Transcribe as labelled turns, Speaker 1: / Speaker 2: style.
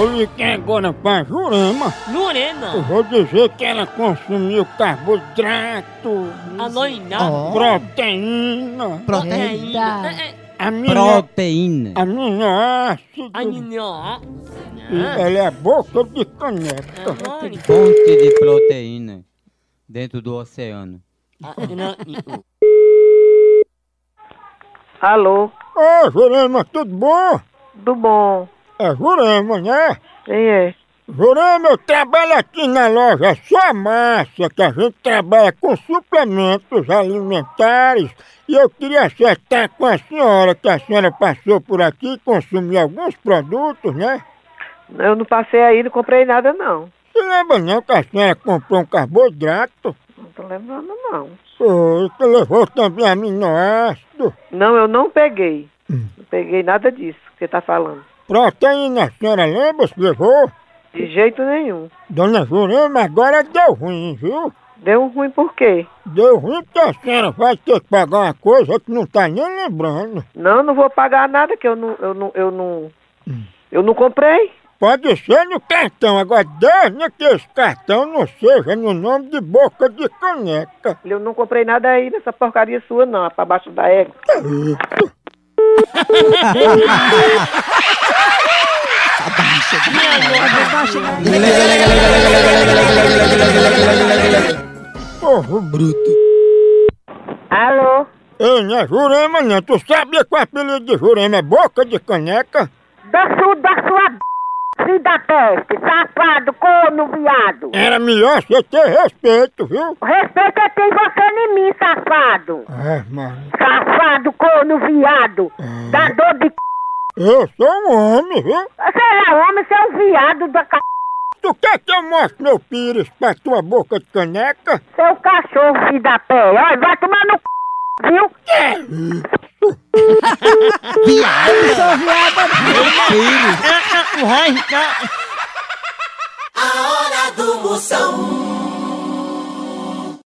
Speaker 1: Eu liguei é agora pra Jurema. Eu
Speaker 2: Jurema,
Speaker 1: vou dizer que ela consumiu carboidrato,
Speaker 2: anoinado.
Speaker 1: proteína,
Speaker 2: Proteína.
Speaker 3: Proteína.
Speaker 2: É, é,
Speaker 1: amino,
Speaker 4: Proteína.
Speaker 1: aminoácido.
Speaker 2: Aminó.
Speaker 1: E ela é a boca de caneca.
Speaker 2: Amônica.
Speaker 4: Fonte de proteína dentro do oceano.
Speaker 2: Anônimo.
Speaker 5: Alô,
Speaker 1: Ô, Jurema, tudo bom?
Speaker 5: do bom.
Speaker 1: É Jurema, né?
Speaker 5: Quem é?
Speaker 1: Jurema, eu trabalho aqui na loja Só Massa, que a gente trabalha com suplementos alimentares. E eu queria acertar com a senhora, que a senhora passou por aqui e consumiu alguns produtos, né?
Speaker 5: Eu não passei aí, não comprei nada não.
Speaker 1: Se lembra não que a senhora comprou um carboidrato?
Speaker 5: Não tô lembrando não.
Speaker 1: Foi, que levou também aminoácido.
Speaker 5: Não, eu não peguei. Não peguei nada disso que você tá falando.
Speaker 1: Proteína, a senhora lembra se levou?
Speaker 5: De jeito nenhum.
Speaker 1: Dona Jurema, agora deu ruim, viu?
Speaker 5: Deu um ruim por quê?
Speaker 1: Deu ruim porque a senhora vai ter que pagar uma coisa que não tá nem lembrando.
Speaker 5: Não, não vou pagar nada que eu não, eu não, eu não, eu não comprei.
Speaker 1: Pode ser no cartão, agora desde que esse cartão não seja no nome de boca de caneca.
Speaker 5: Eu não comprei nada aí nessa porcaria sua não, pra baixo da égua.
Speaker 1: Porro bruto.
Speaker 5: Alô,
Speaker 1: Ei, não é Jurema não, tu sabia que o apelido de Jurema é boca de caneca?
Speaker 5: da sua, da sua b... da peste, safado, corno, viado.
Speaker 1: Era melhor você ter respeito, viu?
Speaker 5: Respeita quem você em mim, safado.
Speaker 1: Ah, mano,
Speaker 5: Safado, corno, viado. Da dor de c...
Speaker 1: eu sou um homem, viu?
Speaker 5: Você é homem, você é um viado da c...
Speaker 1: Tu quer que eu mostre meu pires pra tua boca de caneca?
Speaker 5: Seu é um cachorro, filho da pé. Olha, vai tomar no c... Viu?
Speaker 4: Filho,
Speaker 6: A hora do Moção.